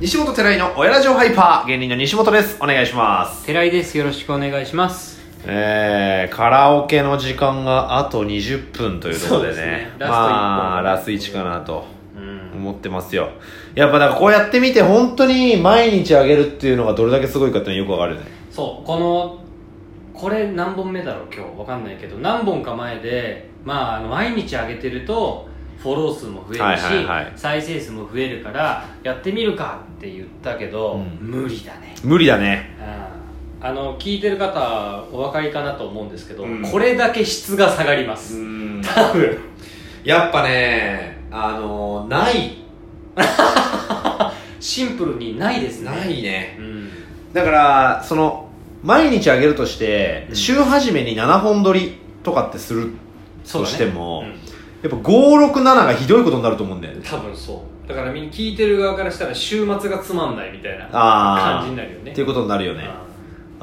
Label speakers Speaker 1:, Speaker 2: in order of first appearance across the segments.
Speaker 1: 西本寺井の親ラジオハイパー、芸人の西本です。お願いします。
Speaker 2: 寺井ですよろしくお願いします
Speaker 1: えー、カラオケの時間があと20分というところでね。
Speaker 2: そうですねラスト一本
Speaker 1: まあ、ラス1かなと
Speaker 2: うん
Speaker 1: 思ってますよ。やっぱだからこうやってみて本当に毎日あげるっていうのがどれだけすごいかっていうのはよくわかるね。
Speaker 2: そうこのこれ何本目だろう今日わかんないけど何本か前でまああの毎日上げてるとフォロー数も増えるし、
Speaker 1: はいはいはい
Speaker 2: 再生数も増えるからやってみるかって言ったけど、
Speaker 1: うん
Speaker 2: 無理だね
Speaker 1: 無理だね。
Speaker 2: うんあの聞いてる方お分かりかなと思うんですけど、
Speaker 1: うん
Speaker 2: これだけ質が下がります、
Speaker 1: ん
Speaker 2: 多分
Speaker 1: やっぱね、あのない、
Speaker 2: シンプルにないですね
Speaker 1: いね。
Speaker 2: うん
Speaker 1: だから、その、毎日あげるとして、
Speaker 2: うん
Speaker 1: 週始めに7本撮りとかってする
Speaker 2: そうだ
Speaker 1: とし
Speaker 2: ね
Speaker 1: ても
Speaker 2: うん
Speaker 1: やっぱ567がひどいことになると思うんだよね
Speaker 2: 多分そうだからみんな聞いてる側からしたら週末がつまんないみたいな感
Speaker 1: あ
Speaker 2: じに
Speaker 1: あ
Speaker 2: なるよね
Speaker 1: っていうことになるよね
Speaker 2: う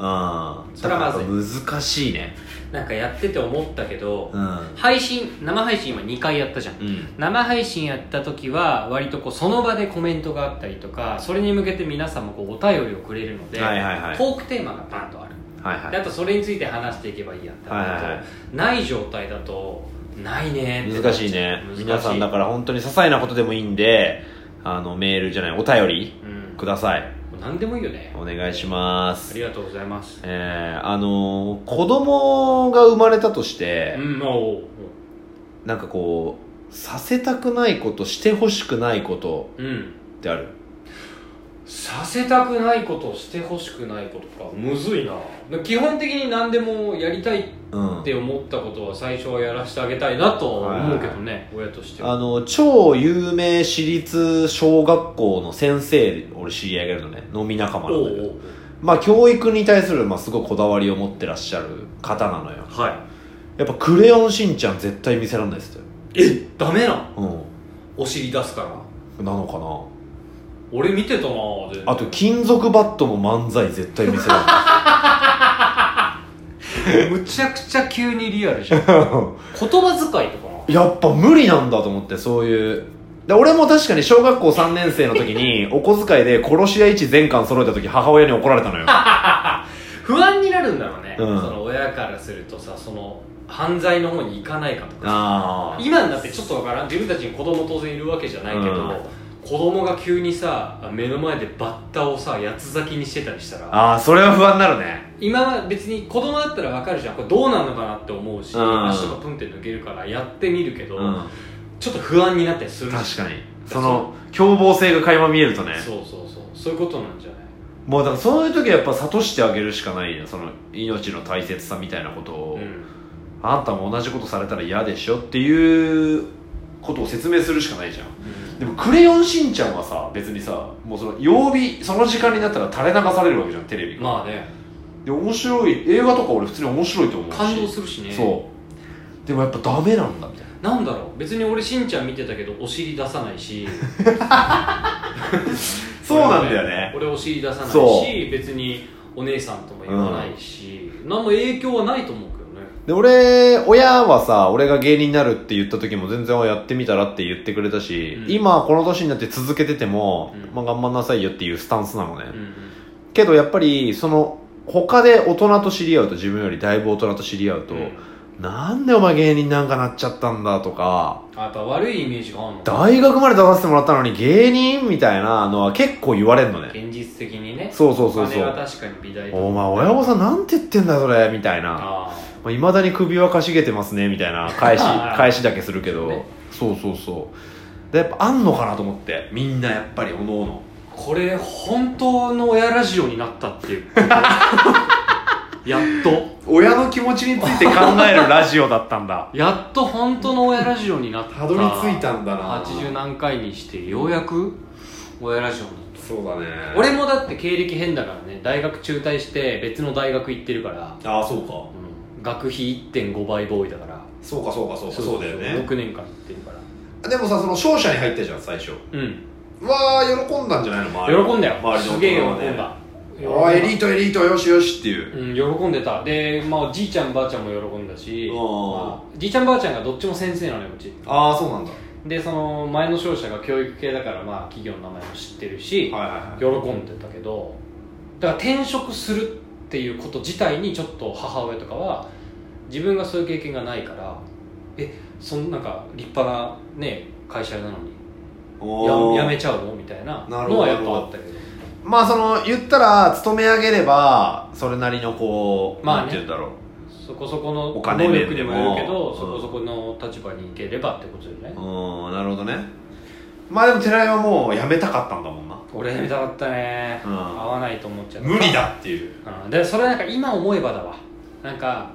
Speaker 1: ああ
Speaker 2: それはまずい
Speaker 1: 難しいね
Speaker 2: んなんかやってて思ったけど、
Speaker 1: うん
Speaker 2: 配信生配信今2回やったじゃん
Speaker 1: うん
Speaker 2: 生配信やった時は割とこうその場でコメントがあったりとかそれに向けて皆さんもこうお便りをくれるので、
Speaker 1: はいはいはい
Speaker 2: トークテーマがバンとある、
Speaker 1: はい
Speaker 2: で
Speaker 1: は
Speaker 2: あとそれについて話していけばいいやってなると
Speaker 1: はいはいは
Speaker 2: ない状態だとないねって
Speaker 1: い難しいね
Speaker 2: 難しい
Speaker 1: 皆さんだから本当に些細なことでもいいんであのメールじゃないお便り
Speaker 2: うん
Speaker 1: ください
Speaker 2: 何でもいいよね
Speaker 1: お願いしま
Speaker 2: あ
Speaker 1: す
Speaker 2: りがとうございます
Speaker 1: えー、あのー子供が生まれたとして
Speaker 2: う、んおう
Speaker 1: なんかこうさせたくないことしてほしくないこと
Speaker 2: おううん
Speaker 1: ってある
Speaker 2: させたくないことをしてほしくないことかむずいな基本的に何でもやりたい
Speaker 1: うん
Speaker 2: って思ったことは最初はやらせてあげたいなとは思うけどね、親として
Speaker 1: あ
Speaker 2: は
Speaker 1: の超有名私立小学校の先生俺知り合いがいるのね飲み仲間なんだけど
Speaker 2: おうおう
Speaker 1: まあ教育に対する、まあ、すごいこだわりを持ってらっしゃる方なのよ
Speaker 2: は
Speaker 1: やっぱ「クレヨンしんちゃん」絶対見せらんないっすよ
Speaker 2: いえダメな
Speaker 1: う
Speaker 2: お尻出すから
Speaker 1: んなのか
Speaker 2: 俺見てたな全然
Speaker 1: なあと金属バットの漫才絶対見せらん ない
Speaker 2: むちゃくちゃ急にリアルじ ゃん言葉遣いとかな
Speaker 1: やっぱ無理なんだと思ってそういうで俺も確かに小学校3年生の時 にお小遣いで殺し屋一全巻揃えた時母親に怒られたのよ
Speaker 2: 不安になるんだろうね、
Speaker 1: うん
Speaker 2: その親からするとさその犯罪の方に行かないかとかさ
Speaker 1: あー
Speaker 2: 今になってちょっとわからん自分たちに子供当然いるわけじゃないけど、
Speaker 1: うん
Speaker 2: 子供が急にさ目の前でバッタをさ八つ咲きにしてたりしたら
Speaker 1: あーそれは不安になるね
Speaker 2: 今は別に子供だったらわかるじゃんこれどうなのかなって思うし、
Speaker 1: うん
Speaker 2: 足とかプンって抜けるからやってみるけど、
Speaker 1: うん
Speaker 2: ちょっと不安になったりする
Speaker 1: 確かに
Speaker 2: そ
Speaker 1: そうの凶暴性が垣間見えるとね
Speaker 2: そうそうそうそういうことなんじゃない
Speaker 1: もうだからそういう時はやっぱ諭してあげるしかないよその命の大切さみたいなことを、
Speaker 2: うん
Speaker 1: あんたも同じことされたら嫌でしょっていうことを説明するしかないじゃんでも「クレヨンしんちゃん」はさ別にさもうその曜日その時間になったら垂れ流されるわけじゃんテレビが、
Speaker 2: まあね
Speaker 1: で面白い映画とか俺普通に面白いと思うし
Speaker 2: 感動するしね
Speaker 1: そうでもやっぱダメなんだみたいな
Speaker 2: なんだろう別に俺しんちゃん見てたけどお尻出さないし
Speaker 1: そうなんだよね
Speaker 2: 俺お尻出さない
Speaker 1: そ
Speaker 2: し別にお姉さんとも言わないし、何も影響はないと思うけどね
Speaker 1: で俺親はさ俺が芸人になるって言った時も全然やってみたらって言ってくれたし、
Speaker 2: うん
Speaker 1: 今この年になって続けてても、
Speaker 2: うん
Speaker 1: まあ、頑張んなさいよっていうスタンスなのね、
Speaker 2: うん
Speaker 1: けどやっぱりその他で大人と知り合うと自分よりだいぶ大人と知り合うと、
Speaker 2: うん
Speaker 1: なんでお前芸人なんかなっちゃったんだとか
Speaker 2: あやっぱ悪いイメージがあるの
Speaker 1: 大学まで出させてもらったのに芸人みたいなのは結構言われるのね
Speaker 2: 現実的にね
Speaker 1: そうそうそうそ
Speaker 2: お金は
Speaker 1: う
Speaker 2: 確かに美大だ
Speaker 1: お前親御さんなんて言ってんだよそれみたいな
Speaker 2: あ
Speaker 1: まあ、未だに首はかしげてますねみたいな返し
Speaker 2: はい
Speaker 1: 返しだけするけど、
Speaker 2: ね
Speaker 1: そうそうそうでやっぱあんのかなと思ってみんなやっぱりおのおの
Speaker 2: ーこれ本当の親ラジオになったっ ていうやっと
Speaker 1: 親の気持ちについて考えるラジオだったんだ
Speaker 2: やっと本当の親ラジオになった
Speaker 1: たどり着いたんだな
Speaker 2: 80何回にしてようやく親ラジオになった
Speaker 1: そうだね
Speaker 2: 俺もだって経歴変だからね大学中退して別の大学行ってるから、
Speaker 1: ああそうか
Speaker 2: うん、学費1.5倍ボーイだから
Speaker 1: そうかそうかそうか
Speaker 2: 6年間行ってるから
Speaker 1: でもさその商社に入ったじゃん最初
Speaker 2: うん
Speaker 1: わあ喜んだんじゃないの周り
Speaker 2: 喜んだよ、すげえ喜んだ
Speaker 1: おーエリートエリートよしよしっていう
Speaker 2: うん、喜んでたで、まあ、じいちゃんばあちゃんも喜んだし、
Speaker 1: うん
Speaker 2: まあじいちゃんばあちゃんがどっちも先生なのようち
Speaker 1: ああそうなんだ
Speaker 2: でその前の商社が教育系だからまあ企業の名前も知ってるし、
Speaker 1: はいはいはい
Speaker 2: 喜んでたけどだから転職するっていうこと自体にちょっと母親とかは自分がそういう経験がないからえそんなんか立派なね会社なのに
Speaker 1: おー
Speaker 2: ややめちゃうのみたいな
Speaker 1: なるほ
Speaker 2: の
Speaker 1: ど
Speaker 2: はやっぱあったけど
Speaker 1: まあその言ったら勤め上げればそれなりのこう、
Speaker 2: まあ
Speaker 1: なん
Speaker 2: ね
Speaker 1: て言うんだろう
Speaker 2: そこそこの
Speaker 1: お金
Speaker 2: 能
Speaker 1: 面
Speaker 2: 力
Speaker 1: で
Speaker 2: に
Speaker 1: も
Speaker 2: もよるけど
Speaker 1: うん
Speaker 2: そこそこの立場に行ければってことじゃない、
Speaker 1: うんなるほどねまあでも寺井はもう辞めたかったんだもんな
Speaker 2: 俺やりたかったね、
Speaker 1: うん
Speaker 2: 合わないと思っちゃった
Speaker 1: 無理だっていう
Speaker 2: うんでそれなんか今思えばだわなんか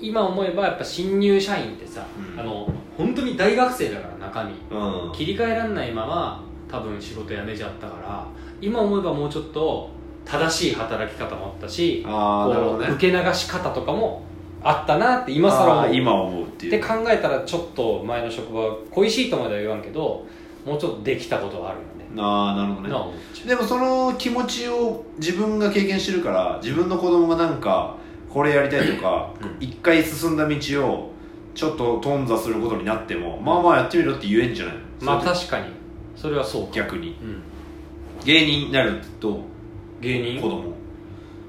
Speaker 2: 今思えばやっぱ新入社員ってさ、
Speaker 1: うん
Speaker 2: あの本当に大学生だから中身
Speaker 1: うん
Speaker 2: 切り替えられないまま多分仕事辞めちゃったから今思えばもうちょっと正しい働き方もあったし
Speaker 1: ああなる
Speaker 2: こ
Speaker 1: ほ
Speaker 2: う
Speaker 1: どね
Speaker 2: 受け流し方とかもあったなって今更
Speaker 1: あ
Speaker 2: 思
Speaker 1: ー
Speaker 2: う
Speaker 1: 今思うって
Speaker 2: っ
Speaker 1: い
Speaker 2: て
Speaker 1: う
Speaker 2: 考えたらちょっと前の職場恋しいとまでは言わんけどもうちょっとできたことはあるよね
Speaker 1: ああなるほど
Speaker 2: な
Speaker 1: ね
Speaker 2: あ思っちゃう
Speaker 1: でもその気持ちを自分が経験してるから自分の子供がなんかこれやりたいとか
Speaker 2: うん
Speaker 1: 一回進んだ道をちょっと頓挫することになってもまあまあやってみろって言えんじゃないの
Speaker 2: まあ
Speaker 1: それって
Speaker 2: 確かにそれはそうか、
Speaker 1: 逆に
Speaker 2: うん、
Speaker 1: 芸人になると
Speaker 2: 芸人
Speaker 1: 子供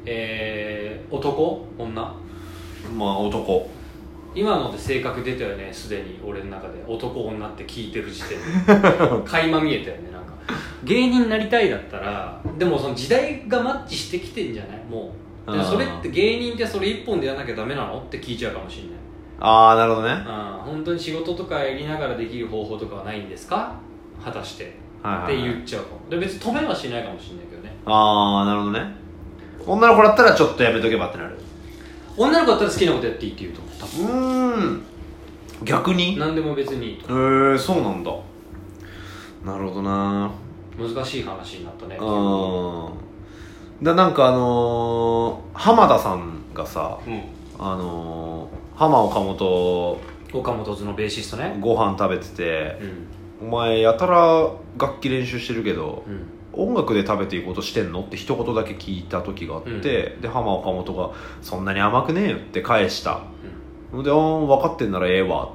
Speaker 2: えー、男女
Speaker 1: まあ男
Speaker 2: 今ので性格出たよねすでに俺の中で男女って聞いてる時点で垣間見えたよねなんか芸人になりたいだったらでもその時代がマッチしてきてんじゃないもうで
Speaker 1: あー
Speaker 2: それって芸人ってそれ一本でやらなきゃダメなのって聞いちゃうかもしれない
Speaker 1: ああなるほどね
Speaker 2: あー本当に仕事とかやりながらできる方法とかはないんですか果たしてっ
Speaker 1: は
Speaker 2: て
Speaker 1: いはいはい
Speaker 2: 言っちゃうかもで別に止めはしないかもしれないけどね
Speaker 1: ああなるほどね女の子だったらちょっとやめとけばってなる
Speaker 2: 女の子だったら好きなことやっていいって言うと思う多
Speaker 1: うーん逆に
Speaker 2: 分何でも別にいいと
Speaker 1: えー、そうなんだなるほどな
Speaker 2: 難しい話になったね
Speaker 1: うんだなんかあのー、浜田さんがさ
Speaker 2: う
Speaker 1: あのー、浜岡本と
Speaker 2: ん、岡本津のベーシストね
Speaker 1: ご飯食べてて
Speaker 2: うん
Speaker 1: お前やたら楽器練習してるけど
Speaker 2: うん
Speaker 1: 音楽で食べていこうとしてんのって一言だけ聞いた時があって、
Speaker 2: うん
Speaker 1: で浜岡本が「そんなに甘くねえよ」って返したので「あー分かってんならええわ」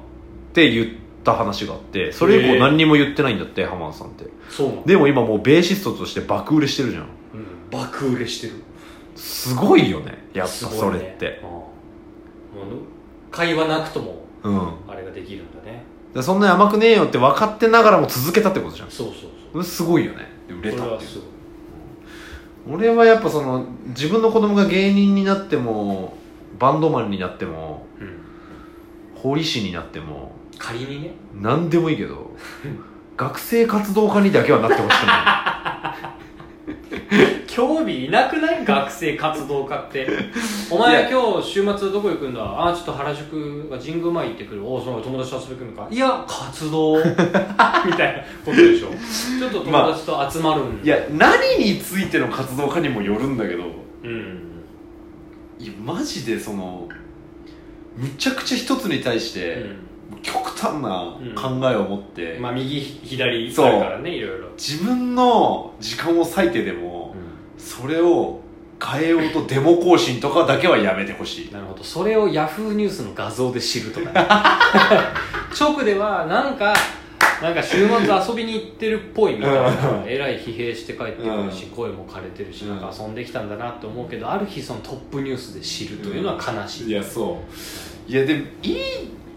Speaker 1: って言った話があってそれ以降何にも言ってないんだって浜田さんって
Speaker 2: そうなの、
Speaker 1: でも今もうベーシストとして爆売れしてるじゃん
Speaker 2: うん、爆売れしてる
Speaker 1: すごいよねやっぱ
Speaker 2: すごい
Speaker 1: それっ
Speaker 2: ね
Speaker 1: て、
Speaker 2: うんもう会話なくとも
Speaker 1: うん
Speaker 2: あれができるんだね
Speaker 1: でそんなに甘くねえよって分かってながらも続けたってことじゃん
Speaker 2: そうそう
Speaker 1: それすごいよねで売
Speaker 2: そ
Speaker 1: れ
Speaker 2: うこ
Speaker 1: た
Speaker 2: れ
Speaker 1: っ
Speaker 2: は
Speaker 1: ていう
Speaker 2: すごい
Speaker 1: 俺はやっぱその自分の子供が芸人になってもバンドマンになっても
Speaker 2: うん、
Speaker 1: 法理師になっても
Speaker 2: 仮にね
Speaker 1: 何でもいいけど学生活動家にだけはなってほしくな
Speaker 2: 興味いなくない学生活動家 ってお前今日週末どこ行くんだああちょっと原宿は神宮前行ってくるおおそう友達と遊びに来るのかいや 活動みたいなことでしょちょっと友達と集まるん、
Speaker 1: いいや何についての活動家にもよるんだけど
Speaker 2: うん
Speaker 1: いやマジでそのむちゃくちゃ一つに対して極端な考えを持って、
Speaker 2: まあ右左
Speaker 1: そう
Speaker 2: あるからねいろいろ、
Speaker 1: 自分の時間を割いてでもそれを変えようとデモ更新とかだけはやめてほしい
Speaker 2: なるほどそれをヤフーニュースの画像で知るとか、 ね、直ではなんかなんか週末遊びに行ってるっぽいみたいな
Speaker 1: うん
Speaker 2: えらい疲弊して帰ってくるし、
Speaker 1: うん
Speaker 2: 声も枯れてるし
Speaker 1: うん
Speaker 2: なんか遊んできたんだなって思うけどある日そのトップニュースで知るというのは悲し
Speaker 1: い
Speaker 2: い、
Speaker 1: やそういやでもいい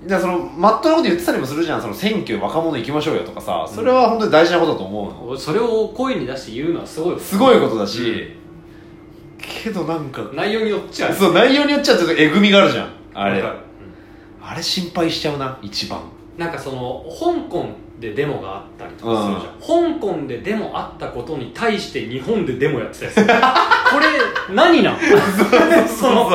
Speaker 1: だからそのまっとうなこと言ってたりもするじゃんその選挙若者行きましょうよとかさそれは本当に大事なことだと思うの、
Speaker 2: それを声に出して言うのはすごい
Speaker 1: すごいことだし、けどなんか
Speaker 2: 内容によっちゃう
Speaker 1: そう内容によっちゃちょっとえぐみがあるじゃんあれ
Speaker 2: わかるうん
Speaker 1: あれ心配しちゃうな一 番
Speaker 2: なんかその香港でデモがあったりとかするじゃん、香港でデモあったことに対して日本でデモやってたり するこれ何なんその
Speaker 1: そう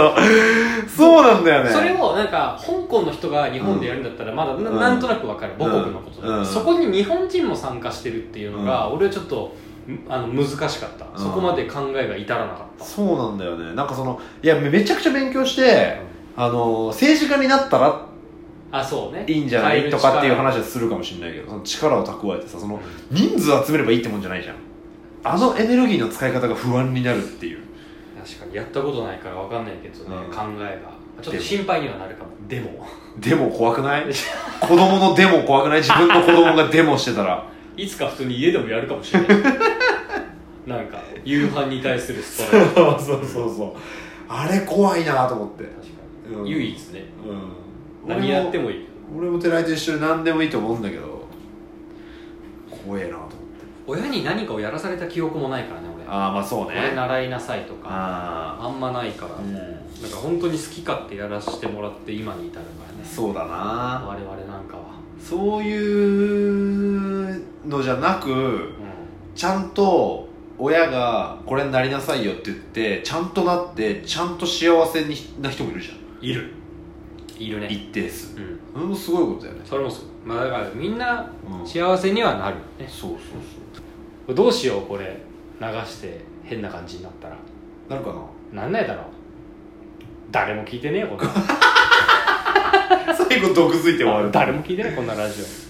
Speaker 1: そうなんだよね
Speaker 2: それをなんか香港の人が日本でやるんだったらまだな,、
Speaker 1: うん
Speaker 2: んとなくわかる母国のことだから、
Speaker 1: うん
Speaker 2: そこに日本人も参加してるっていうのが、俺はちょっとんあの難しかった、
Speaker 1: ん
Speaker 2: そこまで考えが至らなかった、
Speaker 1: そうなんだよねなんかそのいやめちゃくちゃ勉強してあの政治家になったら
Speaker 2: あそうね
Speaker 1: いいんじゃないとかっていう
Speaker 2: 変える
Speaker 1: 話はするかもしれないけどその力を蓄えてさその人数集めればいいってもんじゃないじゃんあのエネルギーの使い方が不安になるっていう
Speaker 2: 力確かにやったことないからわかんないけどね、
Speaker 1: うん
Speaker 2: 考えがちょっと心配にはなるかもでも
Speaker 1: でも怖くない子供のでも怖くない自分の子供がデモしてたら
Speaker 2: いつか普通に家でもやるかもしれ ないなんか夕飯に対するストライク
Speaker 1: そうそうそうそうあれ怖いなと思って、
Speaker 2: 確か
Speaker 1: うん
Speaker 2: に唯一ね
Speaker 1: うん
Speaker 2: 何やって
Speaker 1: も
Speaker 2: もいいけど
Speaker 1: 俺も寺井と一緒で何でもいいと思うんだけど怖えなと思って
Speaker 2: 親に何かをやらされた記憶もないからね俺
Speaker 1: ああまあそう
Speaker 2: これ習いなさいとか
Speaker 1: あ
Speaker 2: あんまないから、
Speaker 1: あうん
Speaker 2: なんか本当に好き勝手やらせてもらって今に至るからね
Speaker 1: そうだな
Speaker 2: 我々なんかは
Speaker 1: そういうのじゃなくちゃんと親がこれになりなさいよって言ってちゃんとなってちゃんと幸せにな人もいるじゃ
Speaker 2: いるいる
Speaker 1: ん
Speaker 2: ね
Speaker 1: 一定数
Speaker 2: うん
Speaker 1: それもすごいことだよね、
Speaker 2: それもそうまあだからみんな
Speaker 1: うん、そう
Speaker 2: 幸せにはなるよね
Speaker 1: そうそう
Speaker 2: どうしようこれ流して変な感じになったら
Speaker 1: なるか
Speaker 2: なんないだろう誰も聞いてねえよこんな
Speaker 1: な最後毒づいて終わる
Speaker 2: 誰も聞いてないこんなラジオ